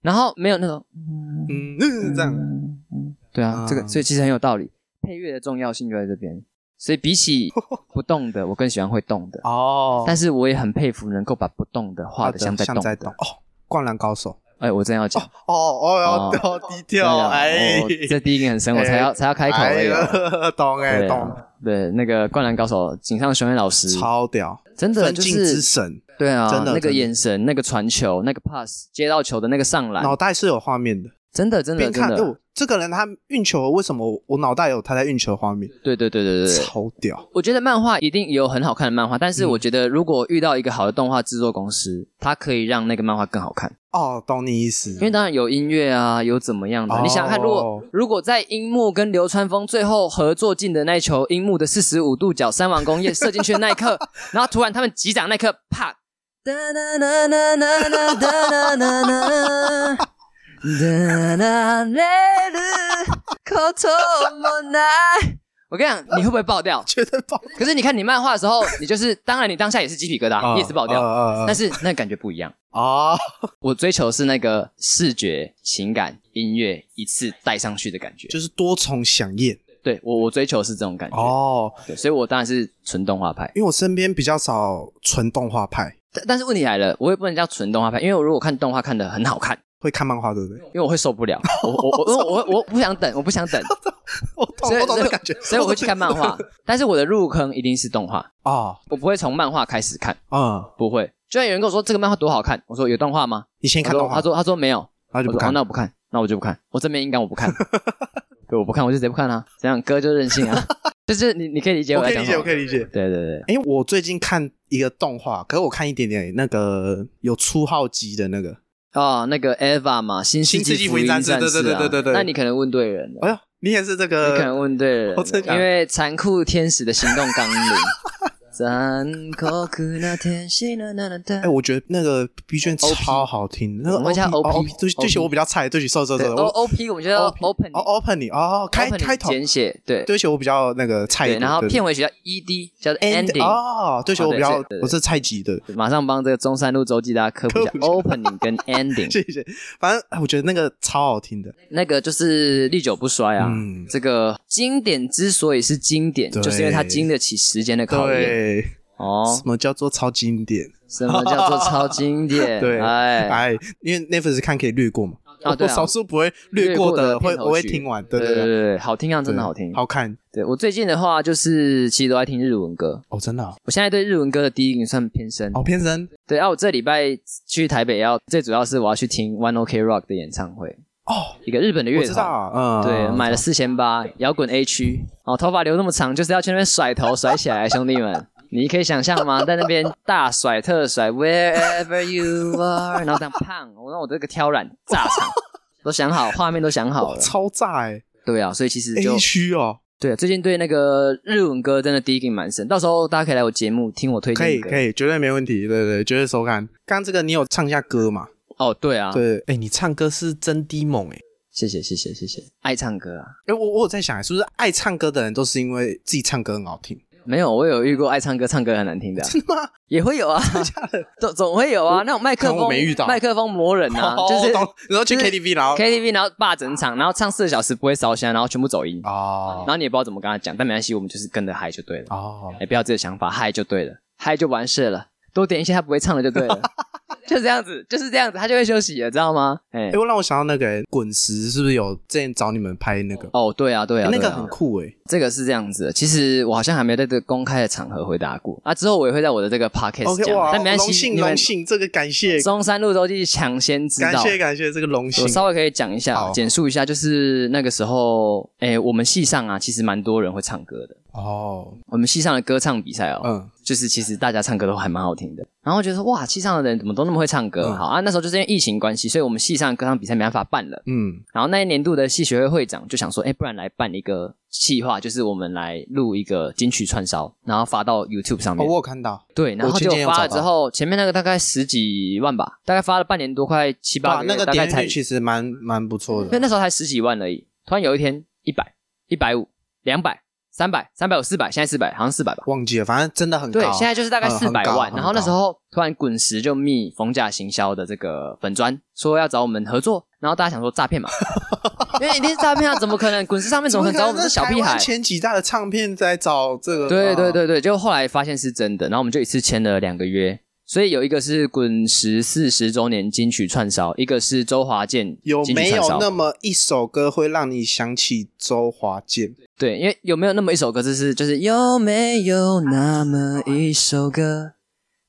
然后没有那种，嗯，嗯这样对啊，嗯这个所以其实很有道理，配乐的重要性就在这边。所以比起不动的，我更喜欢会动的。哦但是我也很佩服能够把不动的画的像在像动在的。哦，灌篮高手哎，我真要讲，哦哦哦哦，低真的调讲哎哦，这第一个很深，我才 要哎才要开口而已哦。哎呦懂哎对啊懂，对，那个《灌篮高手》井上雄彦老师，超屌，真的分就镜之是神，对啊真，的那个真的眼神、那个传球、那个 pass 接到球的那个上篮，脑袋是有画面的，真的真的边真看的哦，，这个人他运球为什么我脑袋有他在运球的画面，对对对对对对，超屌我觉得漫画一定有很好看的漫画，但是嗯我觉得如果遇到一个好的动画制作公司，它可以让那个漫画更好看，哦，懂你意思，因为当然有音乐啊，有怎么样的。哦你想想看，如果如果在樱木跟流川枫最后合作进的那一球，樱木的四十五度角三王工业射进去的那一刻，然后突然他们击掌那一刻，啪！哒哒哒哒哒哒哒哒哒哒哒我跟你讲，你会不会爆掉？绝对 爆可是你看你漫画的时候，你就是当然你当下也是鸡皮疙瘩，啊你也是爆掉，啊但是那感觉不一样。啊我追求是那个视觉、情感、音乐一次带上去的感觉。就是多重响应对我，我追求是这种感觉。哦，对，所以我当然是纯动画派。因为我身边比较少纯动画派，但但是问题来了，我也不能叫纯动画派，因为我如果看动画看的很好看，会看漫画对不对？因为我会受 不了，我我我因为我我我不想等，我不想等，我懂所以我懂所以这感觉，所以我会去看漫画。但是我的入坑一定是动画， 哦，我不会从漫画开始看，嗯，不会。就像有人跟我说这个漫画多好看，我说有动画吗？你先他看说动他画，说他说没有，他就我不说哦看那我不看，那我就不看，我正面硬刚我 不看，对，我不看，我就直接不看啊，这样哥就任 性啊，就是你你可以理解我在可以理讲什解，么我可以理解。对对对，哎，我最近看一个动画，可是我看一点点那个有初号机的那个，哦，那个 Eva 嘛，新新世纪福福音战战士士对啊，对对对对对那你可能问对人了，哎呦，你也是这你可个能问对人了呃我真，的因为残酷天使的行动纲领。残酷な天使のななた哎、我觉得那个 B 卷 OP 超好听，那个哦我们叫 OP，哦 OP 对对不起，我比较菜，对不起，sorry 对 sorry，sorry， O 我 O P 我们就叫 OP open 哦 opening 哦，开开头，简写对对不起，我比较那个菜一对，点，然后对片尾学叫 E D 叫做 end ending 哦，对不起，哦我对比较是对对我是菜鸡的， 马上帮这个中山路周记大家科普一下科普一下 opening 跟 ending，谢谢，反正哎我觉得那个超好听的，那个就是历久不衰啊。嗯这个经典之所以是经典，对就是因为它经得起时间的考验。对， 哦什，么叫做超经典？什么叫做超经 典？对，哎，哎，因为 Netflix 看可以略过嘛，啊对啊我少数不会略略过过的的会片头我会曲听完，对对对对，对对，好听啊，真的好听。好看对我最近的话，就是其实都在听日文歌。哦，真的哦，我现在对日文歌的第一名算偏深。哦偏深对啊，我这礼拜去台北要，最主要是我要去听 One OK Rock 的演唱会，哦，一个日本的乐我团。知道，嗯，对，买了四千八，摇滚 A 区，哦，头发留那么长，就是要去那边甩头甩起来， 兄弟们，你可以想象吗？在那边大甩特甩，Wherever you are，然后这样胖，我让我这个挑染炸 场，都想好，画面都想好哇了，超炸哎对啊，所以其实就，A 区哦，对，啊最近对那个日文歌真的第一个蛮深，到时候大家可以来我节目听我推可荐以的歌，可以，以，绝对没问题，对对，绝对收看。刚这个你有唱一下歌嘛？哦，对啊，对，哎，你唱歌是真低猛哎。谢谢谢谢谢谢，爱唱歌啊，欸哎，我我有在想，是不是爱唱歌的人都是因为自己唱歌很好听？没有，我有遇过爱唱歌、唱歌很难听的啊、 真的吗？也会有啊， 总总会有啊，那种麦可克能风我没遇到麦克风磨人啊， 哦就是懂然后去就是 KTV，然后 KTV 然后霸整场，然后唱四个小时不会烧香，然后全部走音，哦然后你也不知道怎么跟他讲，但没关系，我们就是跟着嗨就对了，哦，哎，不要自己的想法，嗨就对了，嗨就完事了，多点一些他不会唱的就对了， 就这样子，就是这样子，他就会休息了，知道吗？哎哎，，我让我想到那个欸滚石是不是有之前找你们拍那个？哦，对啊，对啊，欸那对个啊很酷哎，这个是这样子的，其实我好像还没有在这个公开的场合回答过啊。之后我也会在我的这个 podcast OK，讲哇，但没关荣系，幸你们荣幸，这个感谢中山路周记抢先知感道。谢感谢这个荣幸我，稍微可以讲一下好，简述一下，就是那个时候，哎，我们系上啊，其实蛮多人会唱歌的。哦，我们系上的歌唱比赛哦，嗯，就是其实大家唱歌都还蛮好听的。然后觉得说哇，系上的人怎么都那么会唱歌？嗯好啊，那时候就是因为疫情关系，所以我们系上歌唱比赛没办法办了。嗯，然后那一年度的系学会会长就想说，哎，不然来办一个企划，就是我们来录一个金曲串烧，然后发到 YouTube 上哦，面。我有看到，对，然后我今就天有发了找之到后，前面那个大概十几万吧，大概发了半年多，快七八哇，个月，那个大点概阅才率，其实蛮蛮不错那的，那时候才十几万而已。突然有一天，一百、一百五、两百、三百、三百五、四百，现在四百，好像四百吧。忘记了，反正真的很高，对，现在就是大概嗯四百很高万。很然后那高时候突然滚石就密逢甲行销的这个粉砖，说要找我们合作，然后大家想说 诈骗嘛，因为一定是诈骗啊，怎么可能？滚石上面怎么可能找我们这是小屁孩？前几大的唱片在找这个，对对啊，对对，就后来发现是真的，然后我们就一次签了两个约，所以有一个是滚石四十周年金曲串烧，一个是周华健有金曲没串有烧那么一首歌会让你想起周华健？对，因为有没有那么一首歌，就是就是有没有那么一首歌，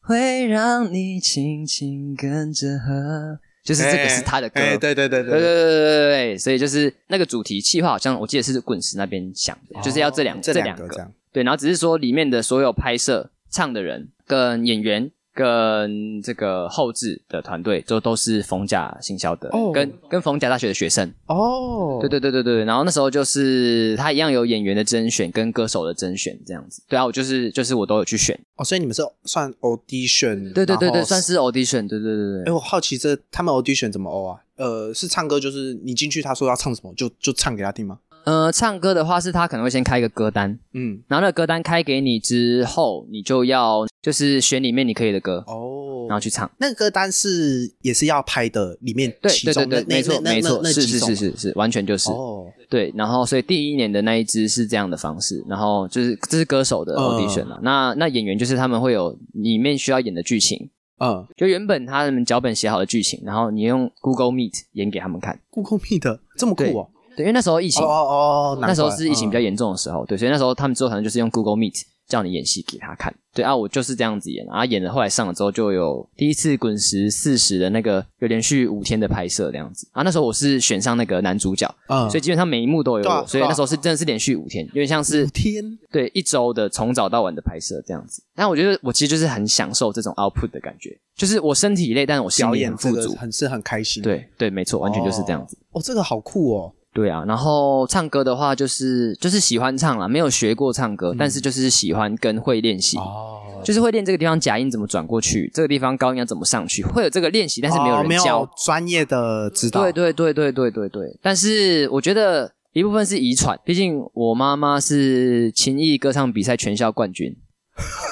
会让你轻轻跟着和，就是这个是他的歌。哎哎对对对对对对对对对对所以就是那个主题企划，好像我记得是滚石那边想的，就是要这两、哦这两个这样。对，然后只是说里面的所有拍摄、唱的人、跟演员、跟这个后置的团队，都都是逢甲新校的，哦跟跟逢甲大学的学生。哦，对对对对对，然后那时候就是他一样有演员的甄选跟歌手的甄选这样子。对啊，我就是就是我都有去选。哦，所以你们是算 audition，对对对然对，后算。是 audition。对对对哎，对。我好奇这他们 audition 怎么 o 啊？呃，是唱歌，就是你进去，他说要唱什么，就就唱给他听吗？呃，唱歌的话是他可能会先开一个歌单，嗯，然后那个歌单开给你之后，你就要就是选里面你可以的歌，哦然后去唱。那个歌单是也是要拍的，里面对其对对中对，那没错那那没那错，那是几是首是吗是是，完全就是。哦，对，然后所以第一年的那一支是这样的方式，然后就是这是歌手的嗯 audition 啊，那那演员就是他们会有里面需要演的剧情，嗯就原本他们脚本写好的剧情，然后你用 Google Meet 演给他们看。 ，Google Meet 的这么酷对哦，对，因为那时候疫情，哦哦哦，那时候是疫情比较较严重的时候，对，所以那时候他们之后可能就是用 Google Meet 叫你演戏给他看。对啊，我就是这样子演，啊，演了后来上了之后就有第一次滚石四十的那个有连续五天的拍摄这样子啊，那时候我是选上那个男主角，嗯，所以基本上每一幕都有对啊我，所以对啊那时候是真的是连续五天，有点像是五天对一周的从早到晚的拍摄这样子。但我觉得我其实就是很享受这种 output 的感觉，就是我身体累，但我心表里演很这富个足。很是很开心，，对对，没错，完全就是这样子。哦，这个好酷哦，对啊，然后唱歌的话，就是就是喜欢唱啦，没有学过唱歌，但是就是喜欢跟会练习，嗯哦，就是会练这个地方假音怎么转过去，这个地方高音要怎么上去，会有这个练习，但是没有哦人教。专业的指导，对对对对对对对，但是我觉得一部分是遗传，毕竟我妈妈是情艺歌唱比赛全校 冠军，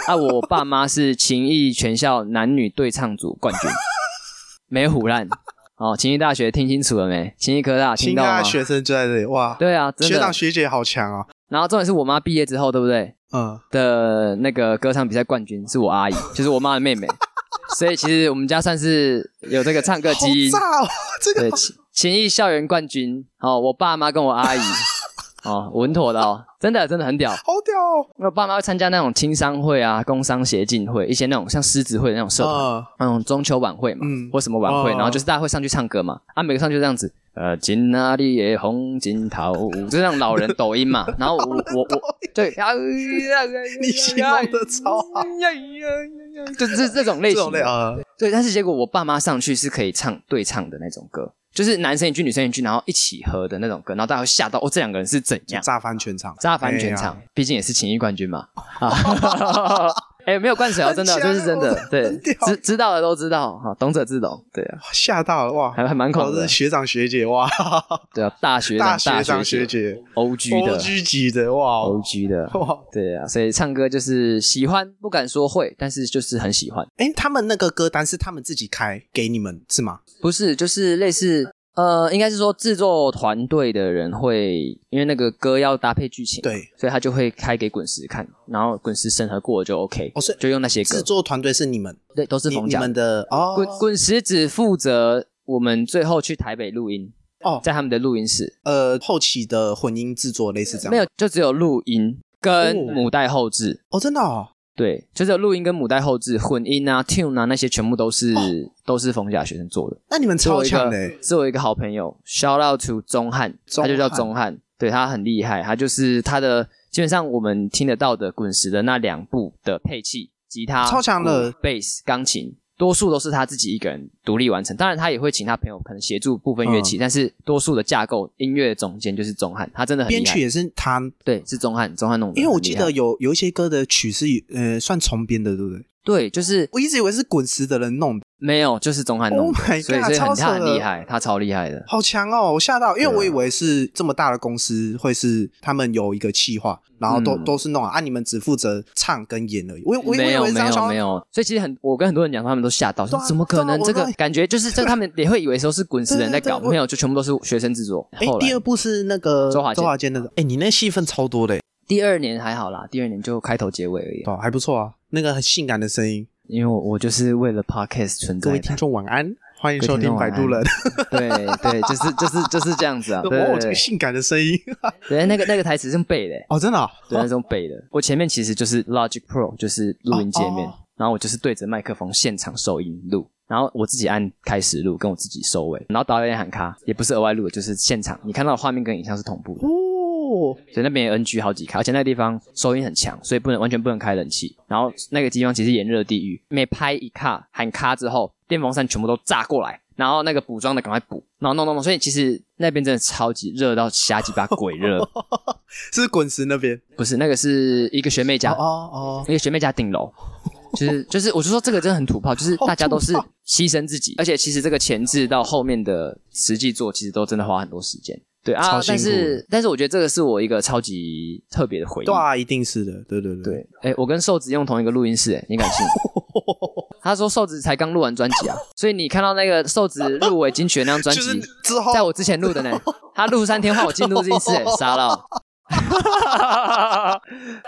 啊，我爸妈是情艺全校男女对唱组冠 军，没胡乱哦，情艺大学听清楚了没？情艺科大听清到了大吗？啊学生就在这里，哇，对啊，真学的长。学姐好强啊，然后重点是我妈毕业之后，对不对？嗯，的那个歌唱比赛冠军是我阿姨，就是我妈 的妹妹，所以其实我们家算是有这个唱歌好基因。炸哦，这 对，个情情谊校园冠军哦，我爸妈跟我阿姨哦，稳妥的哦，真的真的很屌。好屌哦，我爸妈会参加那种青商会啊、工商协进会，一些那种像狮子会的那种社团，嗯那种中秋晚会嘛，嗯或什么晚会，哦然后就是大家会上去唱歌嘛，啊，每个上去就这样子。呃，金哪里也红金桃，就让老人抖音嘛。然后我我 我对，哎你形容的超好，哎就这这种类这种型的，类啊，对，但是结果我爸妈上去是可以唱对唱的那种歌，就是男生一句女生一句，然后一起合的那种歌，然后大家会吓到哦，这两个人是怎样炸翻全场，炸翻全哎场呀，？毕竟也是情谊冠军嘛啊！ 哎，没有灌水哦，很真的，这是强真的哦，对很屌，知知道的都知道，哈，懂者自懂，对啊，哎吓到了哇！还还蛮恐考怖的的，学长学姐哇，对啊，大学大学长学学姐，O G ，O 的 G 级的哇，O G 的，哇！对啊，所以唱歌就是喜欢，不敢说会，但是就是很喜欢，哎，他们那个歌单是他们自己开给你们是吗？不是，就是类似。呃，应该是说制作团队的人会，因为那个歌要搭配剧情，，对，所以他就会开给滚石看，然后滚石审核过了就 OK，哦所以就用那些歌制，作团队是你们，对，都是你冯你甲的们的哦滚滚石只负责我们最后去台北录音，哦，在他们的录音室，呃，后期的混音制作类似这样，没有就只有录音跟哦母带后置，哦，真的哦，对，就只有录音跟母带后置，混音啊、tune 啊那些全部都哦是、都是冯甲学生做的。那你们是超我一强个的欸，是我一个好朋友，shout out to 钟汉，他就叫钟汉，对他很厉害，他就是他的基本上我们听得到的滚石的那两部的配器，吉他超强的鼓 bass 钢琴。多数都是他自己一个人独立完成，当然他也会请他朋友可能协助部分乐嗯器，但是多数的架构音乐总监就是钟汉，他真的很厉害。编曲也是他，对是钟汉，钟汉弄因的。为我很厉记害得有有一些歌的曲是呃算重编的，对不对？对，就是我一直以为是滚石的人弄的，没有，就是钟汉弄 Oh 的 my 所以 God，所以超很扯他很厉的害，他超厉害的。好强哦！我吓到，因为对啊我以为是这么大的公司会是他们有一个企划，然后都、嗯都是弄啊，啊你们只负责唱跟演而已。我我我以没有为是没张有小没有，所以其实很，我跟很多人讲，他们都吓到，啊对说啊怎么可能？对啊这我个刚才感 觉就是这，他们也会以为说是滚石人在对对搞，对我没有，就全部都是学生制作。哎后，来第二部是那个周华健啊健那个，哎，你那戏份超多的，第二年还好啦，第二年就开头结尾而已，哦，还不错啊，那个很性感的声音。因为我我就是为了 podcast 存各在位的听，众晚安，欢迎收听各位摆听众渡晚人安。对对，就是就是就是这 样子啊，对哦，这对个性感的声音， 对，对那个那个台词是用背的，欸哦，真的哦，对，那是用背的。我前面其实就是 Logic Pro，就是录音界面哦哦，然后我就是对着麦克风现场收音录，然后我自己按开始录，跟我自己收尾，然后导演喊卡，也不是额外录的，就是现场你看到的画面跟影像是同步的，哦， 所以那边也 NG 好几卡，而且那个地方收音很强，所以不能完全不能开冷气，然后那个地方其实炎热地狱，每拍一卡喊卡之后，电风扇全部都炸过来。然后那个补妆的赶快补，然后弄弄弄，所以其实那边真的超级热到瞎鸡巴 鬼热，是滚石那边，不是那个是一个学妹家哦哦哦，一个学妹家顶楼，就是就是，我就说这个真的很土炮，就是大家都是好土牺牲自己，而且其实这个前置到后面的实际做，其实都真的花很多时间。对啊超，辛但苦是但是我觉得这个是我一个超级特别的回忆。对啊，一定是的，对对对，对，哎，我跟瘦子用同一个录音室，哎，你敢信？ 他说瘦子才刚录完专辑啊，所以你看到那个瘦子入围金曲的那张专就是辑，之后在我之前录的呢。他录三天换我进录音室， 哎，傻了。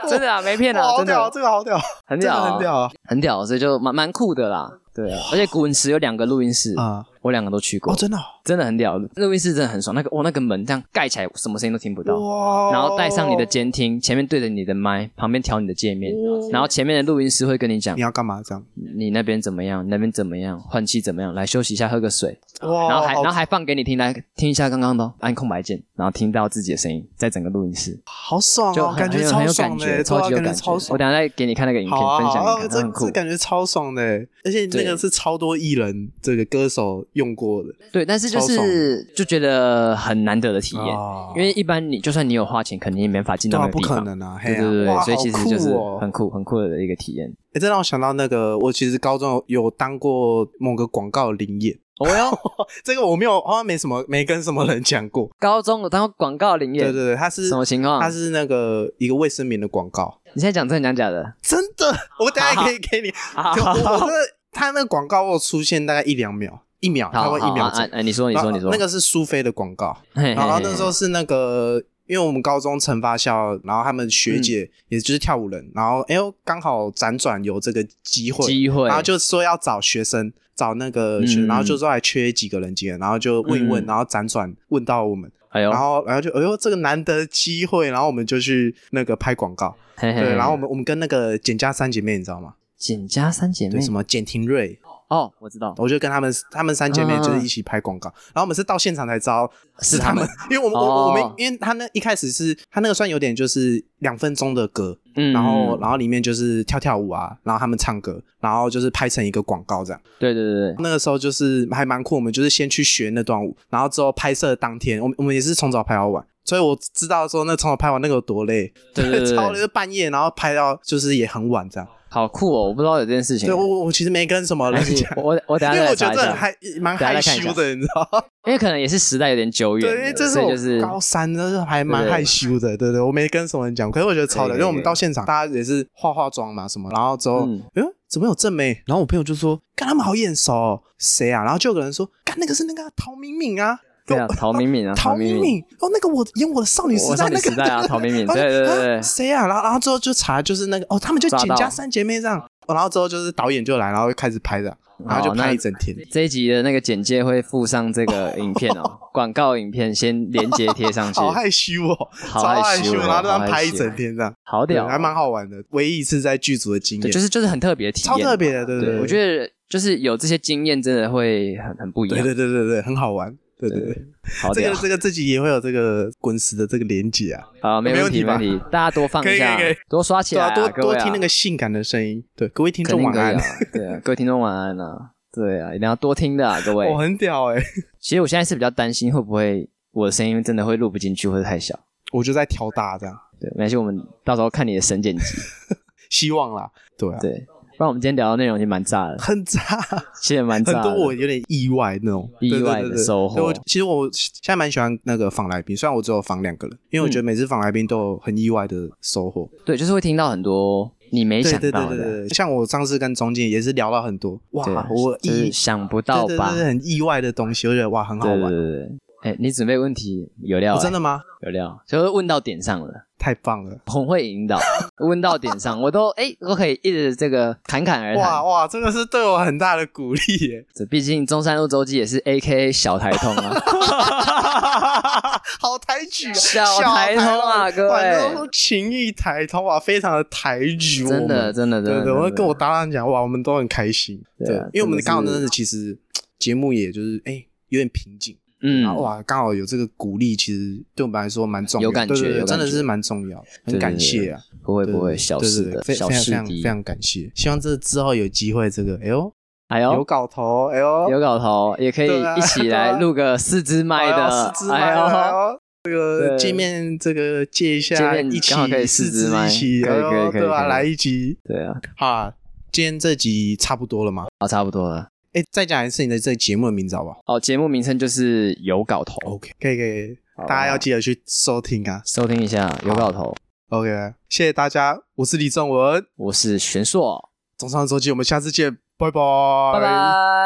真的啊，没骗哇啊，好真屌，的这个好屌，很真屌的啊，很屌啊很屌，所以就蛮蛮酷的啦。对啊，而且滚石有两个录音室，啊！我两个都去过，哦，真真的哦，的很屌，录音室真的很爽。那个哇，那个门这样盖起来，什么声音都听不到。哇！然后带上你的，监听，前面对着你的麦，旁边调你的界面，然后前面的录音师会跟你讲哦你要干嘛这样？你那边怎么样，你那边怎么样，换气怎么样，来休息一下，喝个水，哇！然后还哦好然后还放给你听，来听一下刚刚的哦，按空白键，然后听到自己的声音，在整个录音室好爽就哦，很感很觉有很超有爽感的，觉，对超啊级有感觉感觉超。爽我。等一下再给你看那个影片，好啊，分享好啊，一这看，很酷这。感觉超爽的，欸而且那个对是超多艺人这个歌手用过的对，但是就超爽是就觉得很难得的体验，啊因为一般你就算你有花钱，肯定也没法进对到啊，那个不地可方。能啊，嘿啊对对对对，哇所以其好实就是酷哦很酷很酷的一个体验。哎、这让我想到那个，我其实高中有有当过某个广告的灵眼，哦哟， 这个我没有，好像没什么，没跟什么人讲 过。高中我当过广告领对对业，对，他是什么情况他是那个一个卫生棉的广 告，你现在讲真的讲假的？真的，我等一下可以 给你。就我我真的，他那个广告我出现大概一两秒，一秒，好他会一秒好，钟哎。哎，你说你然说后你说，那个是苏菲的广告，嘿，然后嘿那时候是那个，因为我们高中惩罚校，然后他们嗯学姐也就是跳舞人，然后哎呦刚好辗转有这个机会，机会，然后就说要找学生，找那个学生，嗯然后就说还缺几个人进来，然后就问一问，嗯然后辗转问到我们，哎呦然，后然后就哎呦这个难得的机会，然后我们就去那个拍广告，对对，然后我们我们跟那个简家三姐妹你知道吗？简家三姐妹对，什么简廷瑞，哦，我知道，我就跟他们他们三姐妹嗯就是一起拍广告，然后我们是到现场才知道是他们，因为我们我我哦们因为他那一开始是他那个算有点就是两分钟的歌，嗯，然后嗯然后里面就是跳跳舞啊，然后他们唱歌，然后就是拍成一个广告这样。对对对对，那个时候就是还蛮酷，我们就是先去学那段舞，然后之后拍摄当天，我们我们也是从早拍到晚，所以我知道说那从早拍完那个有多累， 对对对对超累，就半夜然后拍到就是也很晚这样。好酷哦！我不知道有这件事情对，我我我其实没跟什么人但是讲，我我哦我等一下因为再来我觉得查一这很下，害蛮等一下害再看一下羞的，你知道吗？因为可能也是时代有点久远对，了，因为这是所以我就是高三，就是还蛮害羞的，对对，我没跟什么人讲，可是我觉得超的，对对因为我们到现场大家也是化化妆嘛什么，然后之后嗯，哎呦怎么有正妹？然后我朋友就说，看他们好眼熟哦，谁啊？然后就有个人说，看那个是那个啊陶敏敏啊，对啊哦，陶敏敏啊，陶敏敏敏，哦，那个我演我的少女时我代少女那个时代 啊，陶敏敏，然后对对就对 对啊，谁啊？然后然后之后就查，就是那个哦，他们就抓简到家三姐妹这样，哦然后之后就是导演就来，然后就开始拍的，然后哦就那拍一整天。这一集的那个简介会附上这个影片 哦，广告影片先连接贴上去，好害羞哦，好超害羞羞，哦然后这样好害拍一羞整天这样，好对，屌哦，还蛮好玩的，唯一一次在剧组的经对，验，就是就是很特别的体验，超特别的，对对，对，我觉得就是有这些经验，真的会很很不一对样。对对对对，很好玩，对对对，好这屌个这个自己也会有这个滚石的这个连接啊，啊，没没问问题，题没问题，大家多放一下可以可以可以，多刷起对来啊，啊，多各位多啊听那个性感的声声音，对，各位听肯众定晚可以安啊，，对啊，各位听众晚安啊，对啊，一定要多听的啊， 各位我。很屌哎，其实我现在是比较担心会不会我的声音真的会录不进去，或者太小。我就在调大这样，对，没关系，我们到时候看你的神剪辑。希望啦，对啊，对， 不然我们今天聊的内容已经蛮炸的，很渣，其实也蛮炸很的。多我有点意外那种意对对外的对对收对我获其实我现在蛮喜欢那个访来宾，虽然我只有访两个人，因为我觉得嗯每次访来宾都有很意外的收获。对，就是会听到很多你没对想对对到对的，对，像我上次跟钟健也是聊到很多，哇，我就意是想不对到对吧？对对很意外的东西，我觉得哇很好对玩。对对对对。哎，你准备问题有料哦欸，真的吗？有料，就是问到点上了，太棒了！很会引导， 问到点上，我都哎，我可以一直这个侃侃而哇谈。哇，这个是对我很大的鼓励 耶！这毕竟中山路周记也是 A K 小台 通啊，好抬举啊，小台台通啊各位哇都情谊抬头啊，非常的抬举我们，真的真的真对的，对，我真的跟我搭档讲，哇，我们都很开心。对啊因为我真们的刚好是真的是其实节目也就是哎、有点瓶颈，然嗯后啊哇，刚好有这个鼓励，其实对我们来说蛮重要，有感觉对对对有感真的觉是蛮重要，对很感谢啊，不会对不对会对小对事对的非小非常非事常的非，常感谢，希望这之后有机会，这个哎呦哎有呦。搞头，哎呦有搞头，也可 以对啊一起来录个四支麦哎呦的，四支麦的，哎呦这对个见面这个借一见下，面一起刚好可以四四支支麦一起，可以哎可以呦可以对可吧？以来一集对啊，好啊，今天这集差不多了吗？好，差不多了。哎，再讲一次你的这个节目的名字好不好哦，节目名称就是有搞头， ？OK，可以可以好啊，大家要记得去收听啊。收听一下有搞头。 OK，谢谢大家，我是李正文，我是玄硕，总上周记，我们下次见，拜拜拜。